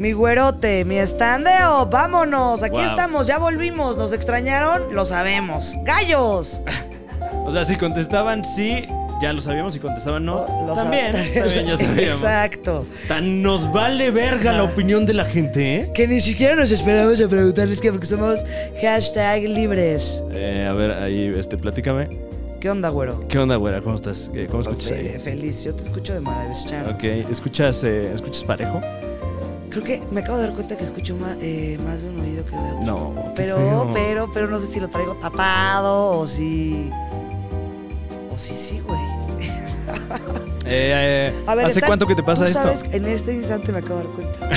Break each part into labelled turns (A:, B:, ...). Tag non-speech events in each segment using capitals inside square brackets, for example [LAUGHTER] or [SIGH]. A: Mi güerote, mi estandeo, vámonos, aquí
B: Guau.
A: estamos, ya volvimos, nos extrañaron, lo sabemos. ¡Gallos!
B: O sea, si contestaban sí, ya lo sabíamos. Si contestaban no,
A: Oh, Lo sab-
B: también,
A: [LAUGHS]
B: también ya sabíamos.
A: Exacto.
B: Tan nos vale verga la opinión de la gente, ¿eh?
A: Que ni siquiera nos esperamos a preguntarles que porque somos hashtag libres.
B: Eh, a ver, ahí, este, platícame.
A: ¿Qué onda, güero?
B: ¿Qué onda, güera? ¿Cómo estás? Eh, ¿Cómo escuchas
A: Fe-
B: ahí?
A: feliz, yo te escucho de maravilla. Chan.
B: Ok, ¿escuchas, eh, ¿escuchas parejo?
A: Creo que me acabo de dar cuenta que escucho ma- eh, más de un oído que de otro.
B: No. qué
A: Pero,
B: feo.
A: pero, pero no sé si lo traigo tapado o si. O si sí, güey.
B: Eh, eh,
A: A ver,
B: ¿Hace
A: está-
B: cuánto que te pasa
A: tú
B: esto?
A: Sabes, que en este instante me acabo de dar cuenta.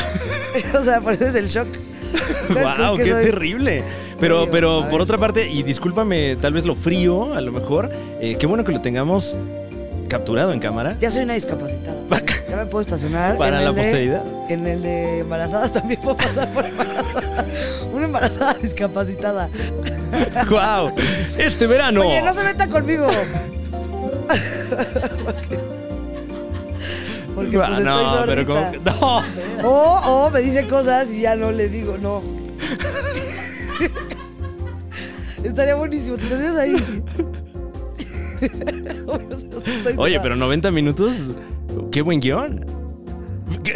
A: [LAUGHS] o sea, por eso es el shock.
B: [LAUGHS]
A: ¿Sabes
B: ¡Wow!
A: con qué
B: ¡Qué
A: soy?
B: terrible! Pero,
A: Frío, a
B: pero
A: ver.
B: por otra parte, y discúlpame tal vez lo frío, a lo mejor, eh, qué bueno que lo tengamos capturado en
A: [LAUGHS]
B: cámara
A: Ya soy una discapacitada. también. Ya me puedo estacionar.
B: para
A: en
B: la
A: el de-
B: posteridad.
A: En el de embarazadas también puedo pasar por embarazada. [LAUGHS] Una embarazada discapacitada.
B: ¡Wow! Este verano.
A: Oye, no se meta
B: [LAUGHS]
A: conmigo. [LAUGHS] Porque, porque
B: Guau,
A: pues estoy
B: no,
A: sordita.
B: pero como que- no.
A: [LAUGHS] O, o me dice cosas y ya no le digo no. Estaría buenísimo. ¿Te estacionas ahí? Estoy
B: Oye,
A: sola.
B: pero 90 minutos, qué buen
A: [LAUGHS]
B: guión. ¿Qué?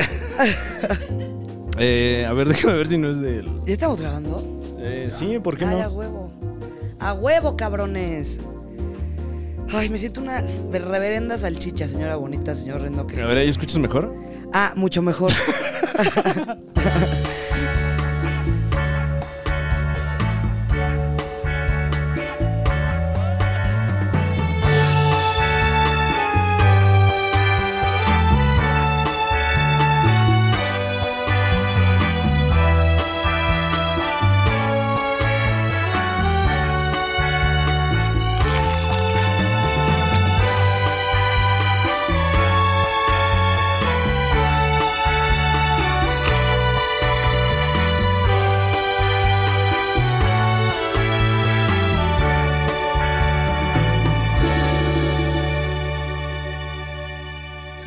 B: Eh, a ver, déjame ver si no es del.
A: ¿Ya estamos grabando?
B: Eh, sí, ¿por qué
A: Ay, a
B: no?
A: huevo. A huevo, cabrones. Ay, me siento una reverenda salchicha, señora bonita, señor Rendoque.
B: A ver, ahí escuchas mejor.
A: Ah, mucho mejor. [LAUGHS]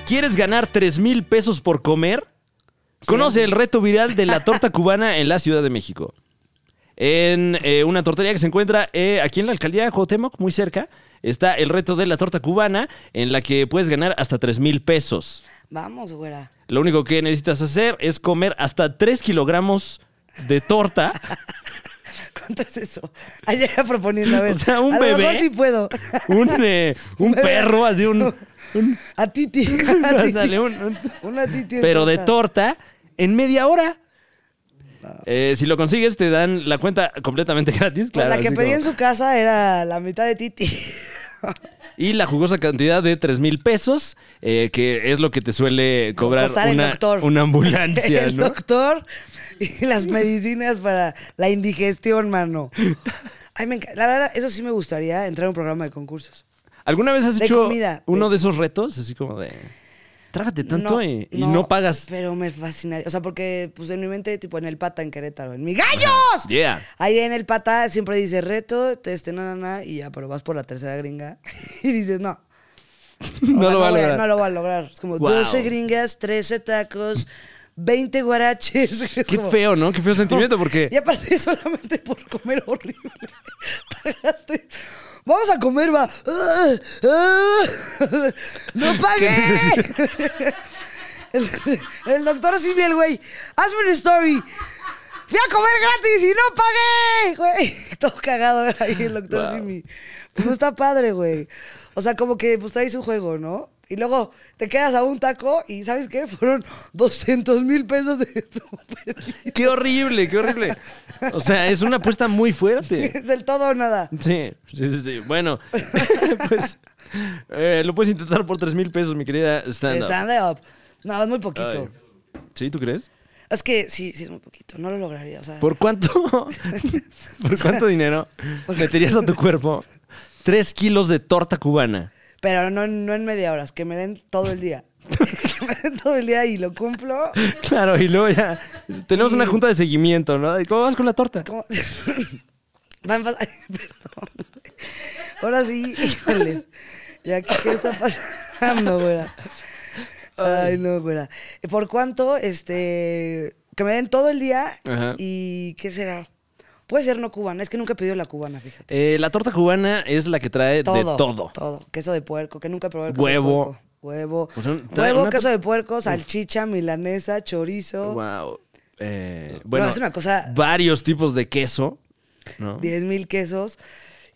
B: ¿Quieres ganar 3 mil pesos por comer? Conoce el reto viral de la torta [LAUGHS] cubana en la Ciudad de México. En eh, una tortería que se encuentra eh, aquí en la alcaldía de Cuauhtémoc, muy cerca, está el reto de la torta cubana en la que puedes ganar hasta 3 mil pesos.
A: Vamos, güera.
B: Lo único que necesitas hacer es comer hasta 3 kilogramos
A: [LAUGHS]
B: de torta.
A: ¿Cuánto es eso? Ayer proponiendo, a ver.
B: O sea, un
A: a lo
B: bebé.
A: mejor sí puedo. [LAUGHS]
B: Un, eh, un perro, así un... un-
A: A Titi. A titi.
B: [LAUGHS] ándale, un- un-
A: Una Titi. en
B: pero de torta en media hora. Eh, si lo consigues, te dan la cuenta completamente [LAUGHS] gratis.
A: Pues
B: Claro,
A: la que
B: así
A: pedí en
B: como-
A: su casa era la mitad de
B: [LAUGHS]
A: Titi.
B: Y la jugosa cantidad de 3 mil pesos, eh, que es lo que te suele cobrar
A: Costar el
B: una,
A: doctor.
B: una
A: [LAUGHS]
B: ambulancia,
A: el
B: ¿no?
A: doctor y las medicinas para la indigestión, mano. Ay, me encanta. La verdad, eso sí me gustaría entrar a un programa de concursos.
B: ¿Alguna vez has
A: De
B: hecho
A: comida.
B: uno de esos retos? Así como de. Trágate tanto ¿eh? y, y no, pagas.
A: Pero me fascinaría. O sea, porque pues en mi mente, tipo en el pata en Querétaro, en mi gallos.
B: Yeah.
A: Ahí en el pata siempre dice reto, te- este, na, na, na, y ya, pero vas por la tercera gringa [LAUGHS] y dices, no. O
B: [LAUGHS] No
A: sea,
B: lo va a
A: voy
B: lograr.
A: No lo va a lograr. Es como
B: Wow.
A: 12 gringas, 13 tacos, 20 guaraches. [LAUGHS] Es
B: Qué
A: como-
B: feo, ¿no? Qué feo sentimiento, [LAUGHS] porque.
A: Y aparte, [LAUGHS] solamente por comer horrible. Pagaste. Vamos a comer, va. Ah, ah. ¡No pagué! El, el doctor sí vi el güey. Hazme una story. Fui a comer gratis y no pagué, güey. Todo cagado ahí el doctor
B: Wow.
A: Simi. Pues no está padre, güey. O sea, como que pues traes un juego, ¿no? Y luego te quedas a un taco y ¿sabes qué? Fueron 200 mil pesos de tu [LAUGHS] pedido.
B: Qué horrible, qué horrible. O sea, es una apuesta muy fuerte.
A: Es del todo o nada.
B: [LAUGHS] Sí, sí, sí, sí. Bueno, [LAUGHS] pues eh, lo puedes intentar por 3 mil pesos, mi querida stand
A: Stand up. No, es muy poquito.
B: ¿Sí, tú crees?
A: Es que sí, sí es muy poquito. No lo lograría. O sea,
B: ¿Por cuánto, [LAUGHS] ¿por
A: [LAUGHS]
B: cuánto dinero meterías a tu cuerpo 3 kilos de torta cubana?
A: pero no, no en media hora, es que me den todo el
B: [LAUGHS]
A: día. que me den todo el día y lo cumplo.
B: Claro, y luego ya tenemos una junta de seguimiento, ¿no? ¿Y ¿Cómo vas con la torta?
A: ¿Cómo? [LAUGHS] Va a empezar- Ay, [LAUGHS] Perdón. Ahora sí, híjoles. Ya, ¿qué, qué está pasando, güera? Ay, no, güera. ¿Por cuánto? Este. Que me den todo el día
B: Ajá.
A: y ¿qué será? Puede ser no cubana, es que nunca he pedido la cubana, fíjate.
B: Eh, la torta cubana es la que trae
A: Todo,
B: de todo.
A: Todo. Queso de puerco, que nunca probé el queso
B: Huevo.
A: de puerco. Huevo.
B: O sea, trae
A: huevo,
B: una to-
A: queso de puerco, salchicha, milanesa, chorizo.
B: Wow. Eh, bueno,
A: es una cosa-
B: Varios tipos de queso. ¿no?
A: 10 mil quesos.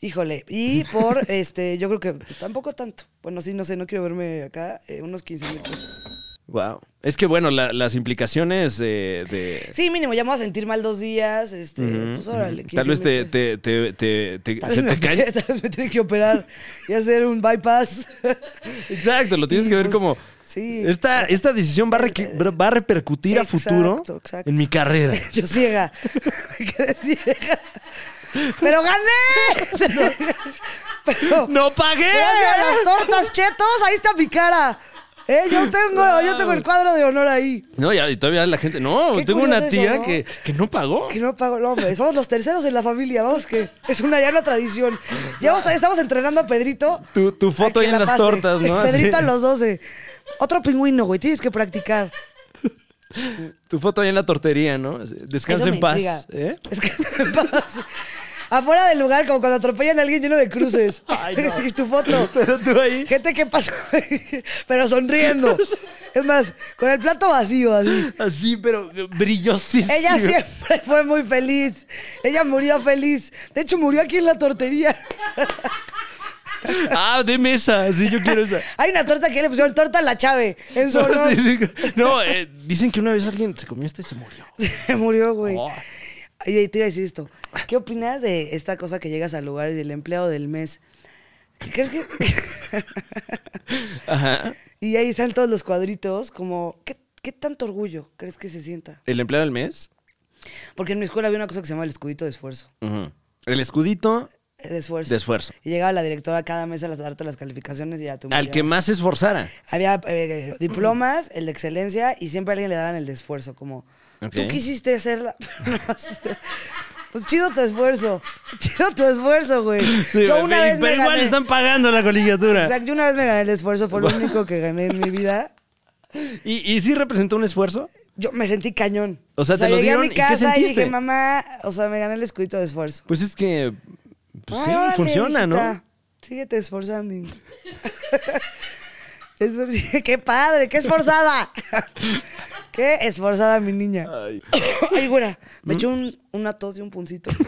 A: Híjole.
B: [LAUGHS]
A: Y por, este, yo creo que pues, tampoco tanto. Bueno, sí, no sé, no quiero verme acá. eh, unos 15 mil pesos.
B: Wow. Es que bueno, la- las implicaciones eh, de.
A: Sí, mínimo, ya me voy a sentir mal dos días. Este, pues órale. 15
B: Tal vez te,
A: mil pesos.
B: te- te- te-
A: [LAUGHS]
B: te-
A: Tal
B: se
A: vez
B: te
A: me-
B: cae.
A: tal vez me tienen que operar y hacer un bypass. [LAUGHS]
B: Exacto, lo tienes
A: Y,
B: que ver
A: pues,
B: como.
A: sí.
B: Esta, esta decisión va a, requ- va a repercutir a
A: Exacto,
B: futuro
A: exacto.
B: en mi
A: [LAUGHS]
B: carrera.
A: Yo ciega. Me quedé ciega. ¡Pero gané! Pero,
B: ¡No pagué!
A: gracias a
B: [LAUGHS]
A: las tortas chetos, ahí está mi cara. Eh, Yo tengo, yo tengo el cuadro de honor ahí.
B: No, ya, y todavía la gente. No,
A: Qué
B: tengo una
A: curioso
B: tía
A: eso, ¿no?
B: Que, que no pagó.
A: Que no pago, no, hombre, somos los terceros en la familia, vamos que es una ya una tradición. Ya vamos- estamos entrenando a Pedrito.
B: Tu- tu
A: a
B: foto ahí
A: que
B: en
A: la
B: las tortas, ¿no? Así.
A: [LAUGHS] Pedrito a los 12. Otro pingüino, güey, tienes que practicar.
B: Tu foto ahí en la tortería, ¿no? Así, Descansa
A: Eso
B: en
A: me
B: paz.
A: intriga.
B: ¿eh?
A: [LAUGHS] Descansa en paz. Afuera del lugar, como cuando atropellan a alguien lleno de cruces.
B: [LAUGHS] Ay,
A: [LAUGHS]
B: no.
A: y tu foto.
B: Pero tú ahí.
A: Gente que pasó, [LAUGHS] pero
B: [LAUGHS]
A: sonriendo. Es más, con el plato vacío, así.
B: Así, pero brillosísimo.
A: Ella siempre fue muy feliz. Ella murió feliz. De hecho, murió aquí en la tortería.
B: Ah, deme esa. Sí, yo quiero esa.
A: [LAUGHS] Hay una torta que le pusieron torta a la Chave. En su honor.
B: [LAUGHS] Sí, sí. No, eh, dicen que una vez alguien se comió esta y se murió.
A: [LAUGHS] Se murió, güey.
B: Oh.
A: Oye, y te iba a decir esto. ¿Qué opinas de esta cosa que llegas al lugar y del empleado del mes? ¿Crees que.? [LAUGHS]
B: Ajá.
A: y ahí están todos los cuadritos, como. ¿Qué, qué tanto orgullo crees que se sienta?
B: ¿El empleado del mes?
A: Porque en mi escuela había una cosa que se llamaba el escudito de esfuerzo.
B: Ujú. El escudito
A: eh, De esfuerzo.
B: de esfuerzo.
A: Y llegaba la directora cada mes a las- a darte las calificaciones y ya tú
B: Al que más se esforzara.
A: Había eh, diplomas, el de excelencia y siempre a alguien le daban el de esfuerzo, como
B: Ok.
A: tú quisiste hacerla. pero no sé. [LAUGHS] pues chido tu esfuerzo, chido tu esfuerzo, güey.
B: Sí,
A: yo una
B: pero
A: vez me
B: igual
A: gané,
B: están pagando
A: o
B: la
A: sea,
B: colegiatura.
A: yo una vez me gané el esfuerzo,
B: [LAUGHS]
A: fue lo único que gané en mi vida.
B: ¿Y, ¿Y sí representó un esfuerzo?
A: Yo me sentí cañón.
B: O sea, te lo
A: llegué
B: dieron,
A: a
B: ¿y
A: mi
B: qué
A: casa y
B: sentiste?
A: dije, mamá, o sea, me gané el escudito de esfuerzo.
B: Pues es que. pues
A: Ay,
B: sí,
A: órale,
B: funciona, ¿no?
A: hijita, Síguete esforzando. [LAUGHS] Esfor- ¡Qué padre! ¡Qué esforzada! [LAUGHS] ¡Qué esforzada mi niña! [COUGHS]
B: Ay.
A: Ay, güera,
B: ¿Mm?
A: me echó un, una tos y un puncito. [LAUGHS]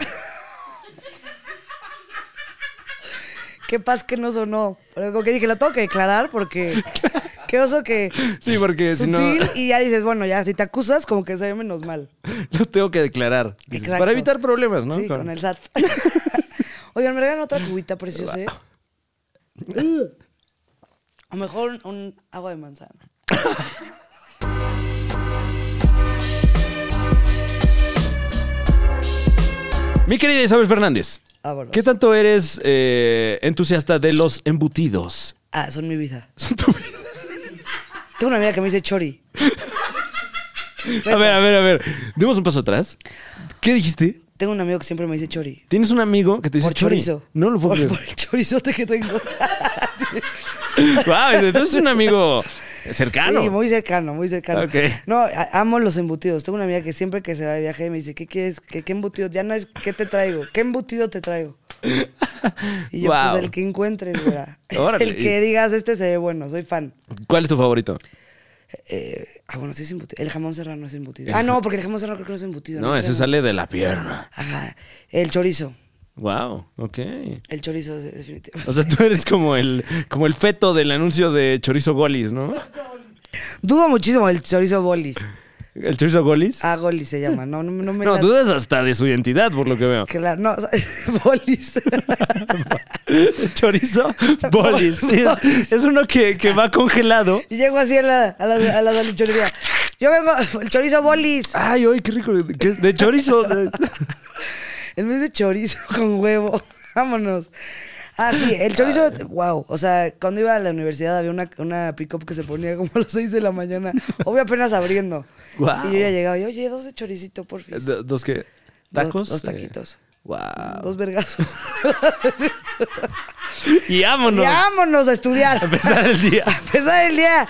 A: Qué paz que no sonó. Pero como que dije, lo tengo que declarar
B: [LAUGHS]
A: porque qué oso que
B: Sí, porque si no,
A: sutil y ya dices, bueno, ya si te acusas como que se ve menos mal.
B: [LAUGHS] lo tengo que declarar. Dices,
A: Exacto.
B: para evitar problemas, ¿no?
A: Sí, con,
B: Con-
A: el SAT. [LAUGHS] Oigan, me regalan otra cubita preciosa.
B: [LAUGHS]
A: ¿eh? o mejor un, un agua de manzana.
B: Mi querida Isabel Fernández,
A: Vámonos.
B: ¿qué tanto eres eh, entusiasta de los embutidos? [LAUGHS]
A: Ah, son mi vida.
B: Son tu vida.
A: Tengo una amiga que me dice chori.
B: A ver, a ver, a ver. Demos un paso atrás. ¿Qué dijiste?
A: Tengo un amigo que siempre me dice chori.
B: Tienes un amigo que te dice
A: Por chorizo.
B: chori. No lo puedo
A: por,
B: creer.
A: por el chorizote que
B: [LAUGHS]
A: tengo.
B: Wow, entonces es un amigo cercano.
A: Sí, muy cercano, muy cercano.
B: Ok.
A: No, a- amo los embutidos. Tengo una amiga que siempre que se va de viaje me dice, ¿qué quieres? ¿Qué, qué embutido? Ya no es, ¿qué te traigo? ¿Qué embutido te traigo? Y yo,
B: Wow.
A: pues el que encuentres, güera.
B: [LAUGHS] Órale.
A: El que digas, este se ve bueno, soy fan.
B: ¿Cuál es tu favorito?
A: Eh, ah, bueno, sí es embutido. El jamón serrano es embutido. Ah, no, porque el jamón serrano creo que no es embutido.
B: No, ese
A: Creo.
B: sale de la pierna.
A: Ajá. El chorizo.
B: Wow, ok.
A: El chorizo, es definitivo.
B: O sea, tú eres como el, como el feto del anuncio de chorizo golis, ¿no?
A: Dudo muchísimo el chorizo bolis.
B: ¿El chorizo golis?
A: Ah, golis se llama. No, no, no me
B: No,
A: la-
B: dudas hasta de su identidad, por lo que veo.
A: Claro, no, [LAUGHS] o sea,
B: [LAUGHS]
A: bolis.
B: chorizo bolis. Sí, es, es uno que, que va congelado.
A: Y llego así a la, a la, a la salchichonería. Yo vengo, el chorizo bolis.
B: Ay, ay, qué rico. ¿Qué es? De [LAUGHS] chorizo. de-
A: [LAUGHS] El mes de chorizo con huevo. Vámonos. Ah, sí, el chorizo, wow. O sea, cuando iba a la universidad había una, una pick-up que se ponía como a las 6 de la mañana. Obvio, apenas abriendo.
B: Guau.
A: Y yo ya llegaba y, oye, dos de choricito, por fin.
B: Do- ¿Dos qué? ¿Tacos?
A: Dos, dos
B: Eh,
A: taquitos.
B: Wow.
A: Dos
B: [LAUGHS]
A: vergazos.
B: Y
A: Y
B: vámonos.
A: vámonos a
B: A
A: estudiar.
B: [LAUGHS] empezar el día.
A: Empezar el día.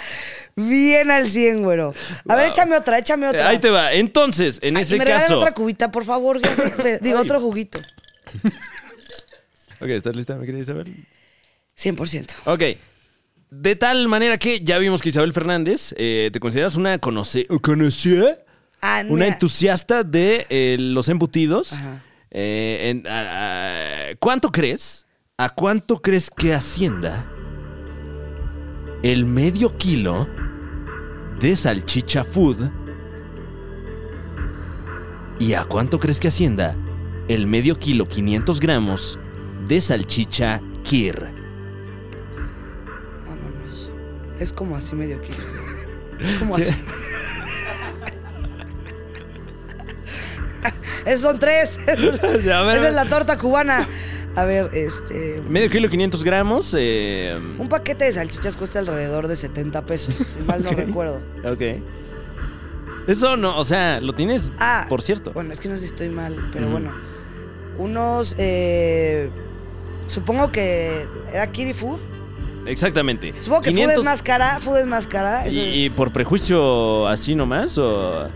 A: Bien al 100, güero. A ver,
B: Wow.
A: échame otra, échame
B: Eh,
A: otra.
B: Ahí te va. Entonces, en
A: Ay, y
B: ese
A: me regalan
B: caso.
A: otra cubita, por favor. ya sé,
B: [LAUGHS]
A: pe- digo, otro juguito.
B: Ok, ¿estás lista, mi querida Isabel?
A: 100%.
B: Ok. De tal manera que ya vimos que Isabel Fernández, eh, ¿te consideras una conoce, conocida?
A: Ah,
B: Una
A: mira.
B: entusiasta de eh, los embutidos.
A: Ajá.
B: Eh, en- a- a- ¿Cuánto crees? ¿A cuánto crees que Hacienda el medio kilo de salchicha food? ¿Y a cuánto crees que Hacienda el medio kilo 500 gramos de salchicha Kir?
A: Vámonos. Es como así medio
B: [LAUGHS]
A: kilo. Es como así. Esos son tres.
B: [LAUGHS] Ya, [LAUGHS] a ver,
A: Esa es
B: a
A: la torta cubana. A ver, este.
B: Medio kilo 500 gramos. eh,
A: Un paquete de salchichas cuesta alrededor de 70 pesos, si mal no recuerdo.
B: ok. Eso no, o sea, lo tienes,
A: Ah,
B: por cierto.
A: Bueno, es que no sé si estoy mal, pero bueno. Unos. eh, supongo que era Kiri Food.
B: Exactamente.
A: Supongo que
B: 500
A: Food es más cara. Food es más cara. eso-
B: ¿Y, y por prejuicio así nomás? ¿O?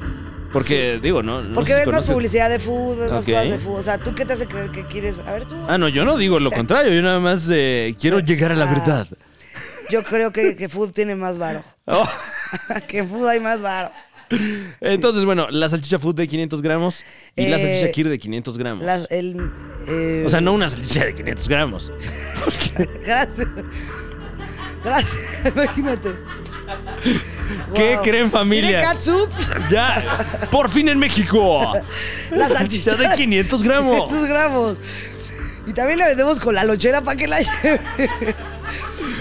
B: Porque, digo, no. no
A: porque
B: sé si
A: ves más
B: conoces-
A: publicidad de Food, ves más
B: Ok.
A: cosas de Food. O sea, ¿tú qué te hace creer que quieres? A ver, tú.
B: Ah, no, yo no digo
A: [LAUGHS]
B: lo contrario. Yo nada más eh, quiero llegar a la
A: Ah.
B: verdad.
A: Yo creo que, que Food tiene más varo. [LAUGHS]
B: Oh.
A: que en Food hay más varo.
B: Entonces, bueno, la salchicha food de 500 gramos y la
A: Eh,
B: salchicha kir de 500 gramos.
A: Las- el, eh,
B: O sea, no una salchicha de 500 gramos.
A: [LAUGHS] Gracias. Gracias. [LAUGHS] Imagínate.
B: ¿Qué
A: Wow.
B: creen,
A: ¿Tiene
B: familia? [LAUGHS]
A: catsup?
B: Ya, por fin en México.
A: La [LAUGHS] salchicha
B: de
A: [LAUGHS]
B: 500 gramos.
A: 500 gramos. Y también la vendemos con la lonchera para que la [LAUGHS] lleve.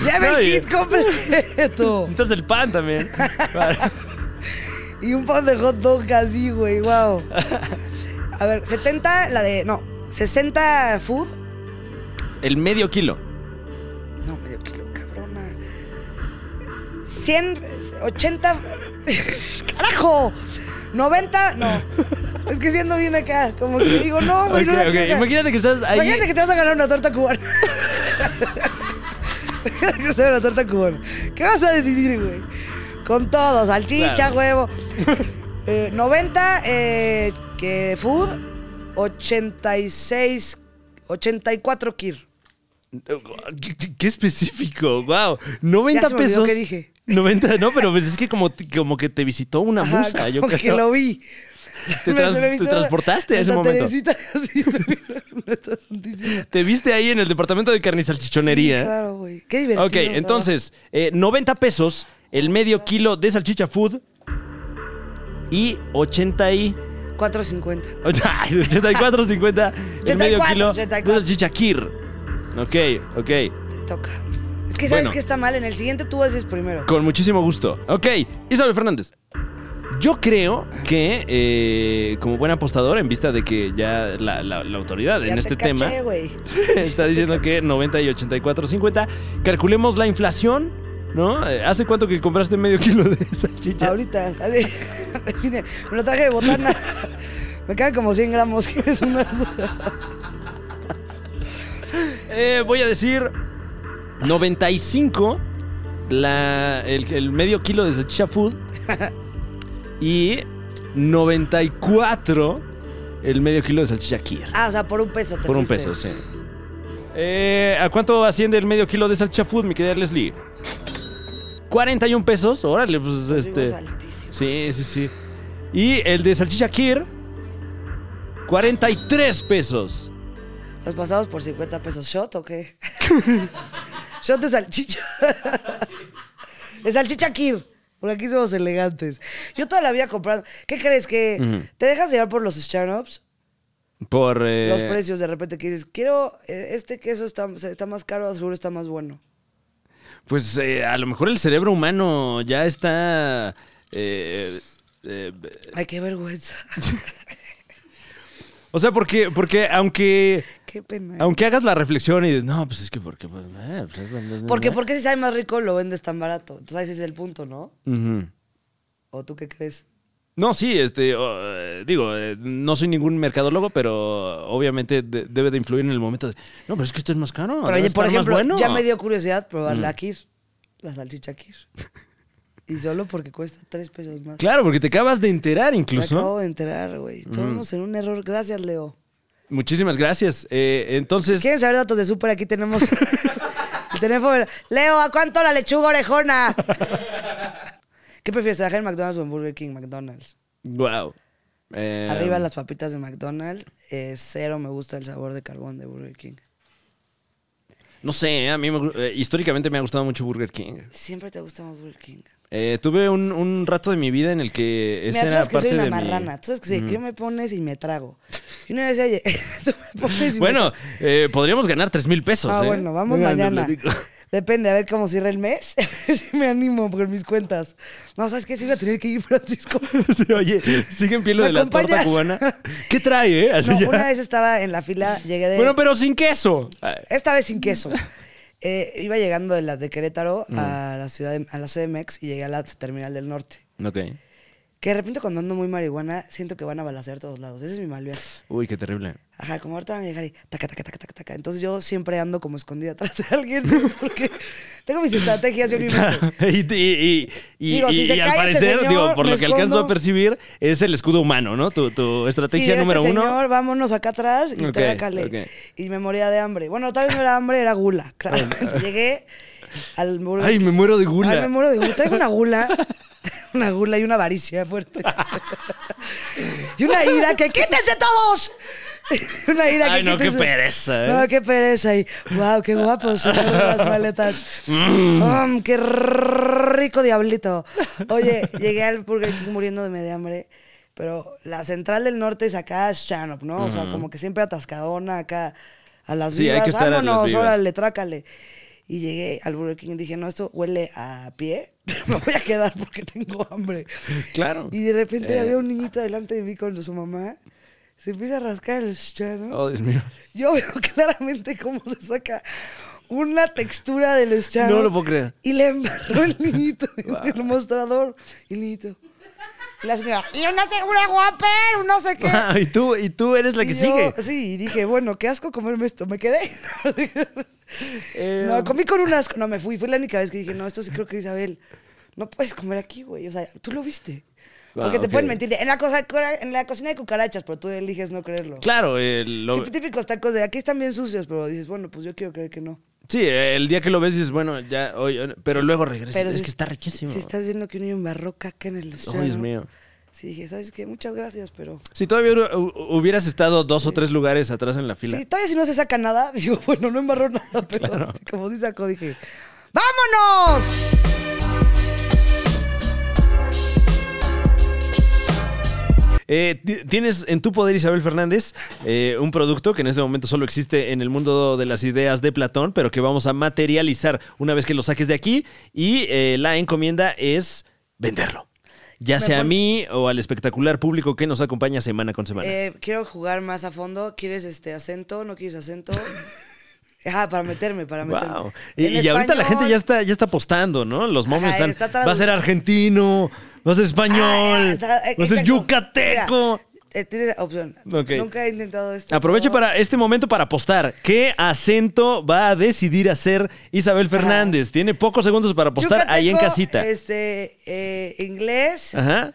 A: Lleve
B: No,
A: el
B: y-
A: kit completo.
B: Entonces el pan
A: [LAUGHS]
B: también. Para-
A: Y un pan de hot dog así, güey. Wow. A ver, 70, la de. No, 60 food.
B: El medio kilo.
A: No, medio kilo, cabrona. 100, 80. [LAUGHS] ¡Carajo! 90, no. Es que siendo bien acá, como que digo, no, güey, no
B: Ok,
A: la
B: ok,
A: quiero ganar.
B: Imagínate que estás ahí.
A: Imagínate que te vas a ganar una torta cubana. [LAUGHS] Imagínate que te vas a ganar una torta cubana. ¿Qué vas a decidir, güey? Con todo, salchicha,
B: Claro. [LAUGHS]
A: huevo. Eh, 90, eh, que food, 86, 84 kir.
B: Qué, qué- qué específico, wow. 90
A: Ya se me olvidó
B: pesos.
A: qué dije.
B: 90, no, pero es que como, como que te visitó una
A: Ajá,
B: musa, yo
A: como
B: creo.
A: que lo vi.
B: [LAUGHS] Te
A: Me-
B: trans-
A: se me
B: te
A: hizo
B: transportaste a ese
A: Santa
B: momento.
A: Teresita, [LAUGHS] así, Nuestra Santísima.
B: Te viste ahí en el departamento de carne y
A: Sí,
B: salchichonería.
A: claro, güey. Qué divertido.
B: ok,
A: ¿no?
B: entonces, eh, 90 pesos, el medio kilo de salchicha food y 80 y... [LAUGHS]
A: 4.50.
B: ay, 84.50 el medio
A: 84,
B: kilo
A: 84.
B: de salchicha kir. Ok, ok.
A: Te toca. Es que sabes
B: Bueno.
A: que está mal. En el siguiente tú haces primero.
B: Con muchísimo gusto. Ok, Isabel Fernández. Yo creo que, eh, como buen apostador, en vista de que ya la, la- la autoridad
A: Ya
B: en
A: te
B: este
A: caché,
B: tema [LAUGHS]
A: güey.
B: está diciendo que 90 y 84, 50, calculemos la inflación, ¿no? Eh, ¿Hace cuánto que compraste medio kilo de salchicha?
A: Ahorita. [LAUGHS] así. Mire, Me lo traje de [LAUGHS] botana. Me quedan como 100 gramos. [LAUGHS] que es una-
B: Eh, voy a decir 95, la, el, el medio kilo de
A: [LAUGHS]
B: salchicha food y 94, el medio kilo de salchicha kier.
A: Ah, o sea, por un peso. te
B: Por un
A: fuiste.
B: peso, sí. Eh, ¿A cuánto asciende el medio kilo de salchicha food, mi querida Leslie? 41 pesos. Órale, pues
A: Digo,
B: este.
A: altísimo.
B: Sí, sí, sí. Y el de salchicha Kir, 43 pesos.
A: Los pasados por 50 pesos. ¿Shot o [LAUGHS] qué? Shot de salchicha. [LAUGHS] de salchicha Kir. Por aquí somos elegantes. Yo toda la vida comprando. ¿Qué crees? ¿Que te dejas llevar por los stand-ups?
B: Por. eh,
A: Los precios de repente que dices, quiero, eh, este queso está, está más caro, seguro está más bueno.
B: Pues eh, a lo mejor el cerebro humano ya está. eh, eh,
A: Ay, qué
B: [LAUGHS]
A: vergüenza.
B: o sea, porque, porque aunque.
A: qué pena.
B: Aunque hagas la reflexión y dices, no, pues es que porque. Pues, eh, pues, es-
A: Porque, porque si sabe más rico, lo vendes tan barato. Entonces ese es el punto, ¿no?
B: Ujú.
A: ¿O tú qué crees?
B: No, sí, este, o, eh, digo, eh, no soy ningún mercadólogo, pero obviamente de- debe de influir en el momento de, no, pero es que esto es más caro.
A: Pero,
B: debe
A: oye, por
B: estar más Mm.
A: ejemplo,
B: bueno".
A: ya me dio curiosidad probar la Kir, la salchicha Kir. Y solo porque cuesta tres pesos más.
B: Claro, porque te acabas de enterar
A: Me
B: incluso. Mm.
A: acabo de enterar, güey. Estamos en un error. Gracias, Leo.
B: Muchísimas gracias. Eh, entonces,
A: ¿Quieren saber datos de súper? Aquí
B: [LAUGHS]
A: tenemos. el teléfono. Leo, ¿a cuánto la lechuga orejona? ¿Qué prefieres, trabajar en McDonald's o en Burger King? McDonald's.
B: wow. Eh, um,
A: Arriba las papitas de McDonald's. Eh, cero me gusta el sabor de carbón de Burger King.
B: No sé, a mí me gu- eh, históricamente me ha gustado mucho Burger King.
A: Siempre te gusta más Burger King.
B: Eh, tuve un, un rato de mi vida en el que
A: Mira,
B: esa
A: tú
B: era
A: sabes que
B: parte
A: soy una
B: de mi- Mm.
A: marrana. Tú sabes que si ¿qué me pones y me trago? Y una vez, oye, [LAUGHS] tú me pones y me
B: Bueno, eh, podríamos ganar tres mil pesos.
A: Ah,
B: ¿eh?
A: bueno, vamos
B: Venga, les
A: mañana.
B: [LAUGHS] platico.
A: Depende, a ver cómo cierra el mes. [LAUGHS] A ver si me animo por mis cuentas. No, ¿sabes qué? Sí voy a tener que ir, [LAUGHS] Francisco.
B: [LAUGHS] Sí, oye, siguen piel lo
A: ¿Me
B: de la torta
A: acompañas? [LAUGHS]
B: cubana. ¿Qué trae, eh? Así
A: No,
B: ya.
A: una vez estaba en la fila, llegué de...
B: Bueno, pero sin queso. Ah,
A: Esta vez sin queso. Eh, iba llegando de las de Querétaro a
B: Mm.
A: la ciudad de- a la CDMX y llegué a la terminal del norte.
B: Ok.
A: Que de repente cuando ando muy marihuana, siento que van a balacer todos lados. Ese es mi mal viaje.
B: Uy, qué terrible.
A: Ajá, como ahorita van a llegar y taca, taca, taca, taca, taca. Entonces yo siempre ando como escondida [LAUGHS] atrás de alguien porque tengo mis estrategias.
B: [LAUGHS]
A: Yo ni me-
B: y y- y- y-
A: Digo, si
B: y-
A: se
B: y
A: cae
B: al
A: este
B: parecer,
A: señor,
B: digo, por
A: me
B: lo que alcanzo
A: escondo.
B: a percibir, es el escudo humano, ¿no? Tu, tu estrategia
A: sí,
B: número
A: este
B: uno.
A: Señor, vámonos acá atrás y
B: Ok,
A: trácale.
B: ok.
A: Y me moría de hambre. Bueno, tal vez no era hambre, era gula. Claro.
B: [LAUGHS]
A: Llegué al Burger
B: Ay,
A: King.
B: me muero de gula.
A: Ay, me muero de gula. Traigo una gula. [LAUGHS] Una gula y una avaricia
B: [LAUGHS]
A: fuerte. y una ira que quítense todos. [LAUGHS] una ira que
B: Ay, no, qué
A: quítense.
B: pereza. ¿eh?
A: No, qué pereza. Y, wow, qué guapos se ven las maletas. Mm, qué rico diablito. Oye, llegué al Burger King muriéndome de hambre, pero la central del norte es acá, Shanop, ¿no? O sea, como que siempre atascadona acá a las
B: Sí, hay
A: vivas.
B: que estar a las
A: Vámonos,
B: vivas.
A: órale, trácale. Y llegué al Burger King y dije, no, esto huele a pie, pero me voy a quedar porque tengo hambre.
B: Claro.
A: Y de repente
B: Eh.
A: había un niñito delante de mí con su mamá. Se empieza a rascar el Shanop.
B: Oh, Dios mío.
A: Yo veo [LAUGHS] claramente cómo se saca una textura de los chavos.
B: No lo puedo creer.
A: Y le embarró el niñito en el mostrador. Y el niñito. Y la señora, y una segura guaper, un no sé
B: [LAUGHS]
A: qué.
B: Ah, y, tú, y tú eres la que
A: Y yo,
B: sigue.
A: Sí, y dije, bueno, qué asco comerme esto. Me quedé. [LAUGHS]
B: Eh,
A: no, comí con un asco. No, me fui. Fue la única vez que dije, no, esto sí creo que Isabel. No puedes comer aquí, güey. O sea, tú lo viste.
B: Ah,
A: Porque te
B: ok.
A: pueden mentir. de, En la, cosa, en la cocina hay cucarachas, pero tú eliges no creerlo.
B: Claro, el, lo-
A: Sí, típicos tacos de aquí están bien sucios, pero dices, bueno, pues yo quiero creer que no.
B: sí, el día que lo ves dices, bueno, ya, hoy, hoy- pero luego regresas.
A: Pero
B: es
A: si-
B: que está riquísimo.
A: Si estás viendo que un niño embarró caca en el
B: Oh,
A: océano.
B: Dios mío.
A: Sí, dije, ¿sabes qué? Muchas gracias, pero.
B: Si todavía hu- hu- hubieras estado dos o tres lugares atrás en la fila.
A: Sí, todavía si no se saca nada, [LAUGHS] digo, bueno, no embarró nada, pero así como sí sacó, dije, ¡vámonos!
B: Eh, ti- tienes en tu poder, Isabel Fernández, eh, un producto que en este momento solo existe en el mundo de las ideas de Platón, pero que vamos a materializar una vez que lo saques de aquí. Y eh, la encomienda es venderlo. Ya sea a mí o al espectacular público que nos acompaña semana con semana.
A: Eh, quiero jugar más a fondo. ¿Quieres este acento? ¿No quieres
B: [LAUGHS]
A: acento? Ajá, para meterme, para meterme.
B: Wow. Y,
A: En
B: y ahorita la
A: español-
B: gente ya está, ya está apostando, ¿no? Los momios
A: Ajá,
B: están.
A: está
B: va a ser
A: traducido.
B: argentino, va a ser español,
A: Ah, eh, tra- eh,
B: va a ser
A: exacto.
B: yucateco.
A: Mira, eh, tienes opción.
B: Ok.
A: Nunca he intentado esto.
B: Aproveche para este momento para apostar. ¿Qué acento va a decidir hacer Isabel Fernández? Tiene pocos segundos para apostar ahí en
A: Yucateco,
B: casita.
A: Este, eh, inglés,
B: Ajá.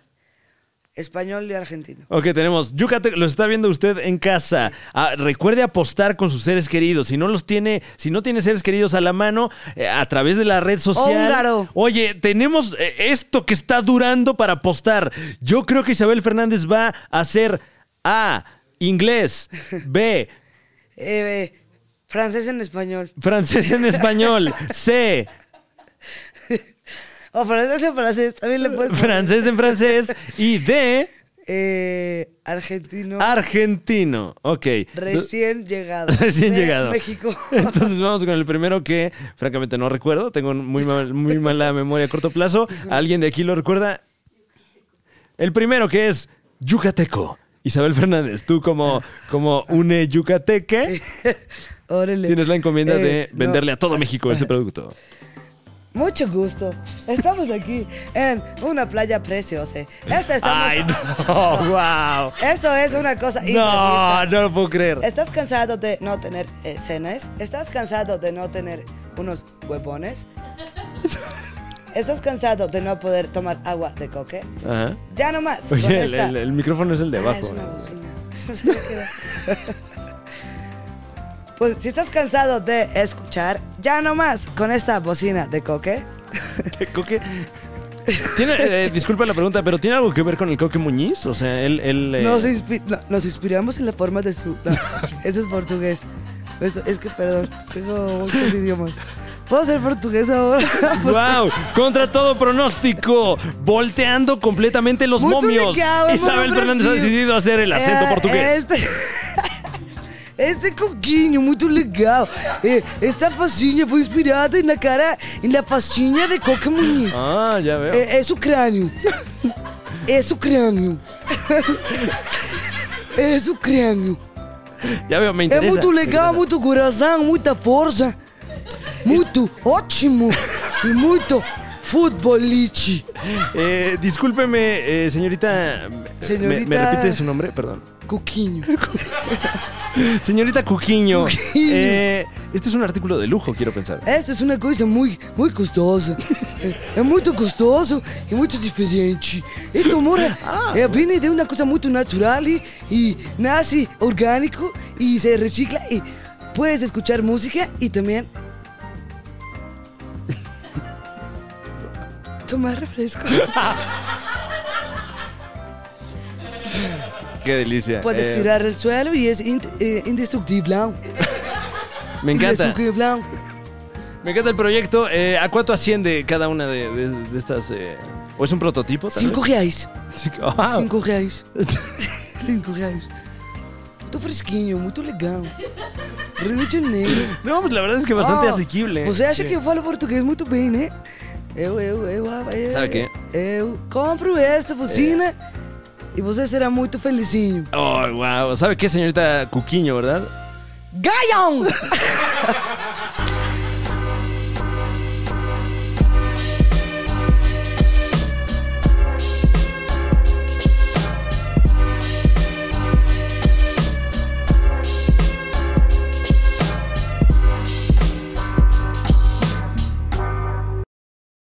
A: español y argentino.
B: Ok, tenemos Yucateco, lo está viendo usted en casa. Ah, recuerde apostar con sus seres queridos. Si no los tiene, si no tiene seres queridos a la mano, eh, a través de la red social.
A: Húngaro.
B: Oye, tenemos eh, esto que está durando para apostar. Yo creo que Isabel Fernández va a hacer A, inglés, B,
A: Eh, francés en español.
B: francés en español, C,
A: O francés en francés, también le puedes poner.
B: francés en francés y D,
A: Eh, argentino.
B: Ah, argentino. Ok.
A: recién llegado.
B: [LAUGHS] Recién
A: De
B: llegado.
A: México.
B: [LAUGHS] Entonces vamos con el primero que, francamente, no recuerdo. Tengo muy, mal- muy mala memoria a corto plazo. ¿Alguien de aquí lo recuerda? El primero que es Yucateco. Isabel Fernández, tú como, como une yucateque,
A: Órale.
B: tienes la encomienda de
A: Eh, no.
B: venderle a todo México este producto.
A: Mucho gusto. Estamos aquí en una playa preciosa. Esta estamos... [LAUGHS]
B: ¡Ay, no! ¡Wow!
A: Esto es una cosa imprevista.
B: No, no lo puedo creer.
A: ¿Estás cansado de no tener eh, cenas? ¿Estás cansado de no tener unos huevones? ¿Estás cansado de no poder tomar agua de coque?
B: Ajá.
A: Ya no más. con
B: Oye, el,
A: esta-
B: el- el micrófono es el de
A: Ah,
B: abajo.
A: es
B: [LAUGHS]
A: una bocina. [LAUGHS] No sé qué era. pues si estás cansado de escuchar, ya no más con esta bocina de coque.
B: Coque. ¿Tiene, eh, disculpa la pregunta, pero ¿tiene algo que ver con el Coque Muñiz? O sea, él. él, eh,
A: Nos, inspi- no, nos inspiramos en la forma de su. no, [LAUGHS] ese es portugués. Esto- es que, perdón, tengo muchos idiomas. ¿Puedo ser portugués ahora?
B: ¡Wow! Contra todo pronóstico, volteando completamente los
A: Muito
B: momios.
A: legal, é
B: Isabel
A: muito
B: Fernández ha
A: Brasil.
B: decidido hacer el acento
A: É, [LAUGHS]
B: portugués.
A: Este, este coquinho, muito legal. É, Esta facinha foi inspirada na cara, na facinha de Coca Muniz.
B: Ah, ya veo.
A: É, é seu crânio. É seu crânio. É seu crânio.
B: ya veo,
A: É
B: me interesa.
A: muito legal,
B: Me
A: muito coração, muita força. Muito ótimo. E muito futebolite.
B: interesa. Eh, discúlpeme, eh, señorita.
A: Señorita-
B: ¿Me, me repite su nombre? Perdón.
A: Coquinho.
B: Señorita Cuquiño.
A: Cuquiño.
B: eh, este es un artículo de lujo, quiero pensar.
A: Esta é uma coisa muito, muito
B: [LAUGHS]
A: gostosa. É, é muito gostoso e muito diferente. Este
B: [LAUGHS]
A: amor é,
B: Ah.
A: é, vem de uma coisa muito natural e, e nasce orgânico e se recicla e puedes escuchar música e também [LAUGHS] tomar
B: [LAUGHS]
A: refresco.
B: Qué delicia.
A: Puedes
B: Eh,
A: tirar el suelo e é ind- eh, indestructible.
B: Me encanta.
A: Indestructible.
B: Me encanta el proyecto. Eh, ¿A cuánto asciende cada una de, de- de estas? eh, ¿O es un prototipo? tal
A: Cinco
B: vez?
A: reais. [LAUGHS]
B: Cinco. Tá Ah.
A: Cinco reais. Cinco reais. Muito fresquinho, muito legal. Rio de Janeiro.
B: [LAUGHS] No, pues la verdad es que [LAUGHS] bastante
A: Ah,
B: asequible. né? É.
A: Você acha
B: Sí.
A: que eu falo português muito bem, né? Eu, eu, eu. ah, eu
B: Sabe o quê? É.
A: Eu compro esta buzina e você será muito felizinho.
B: Oh, wow. ¿Sabe qué, señorita Cuquiño, verdad?
A: Gaião!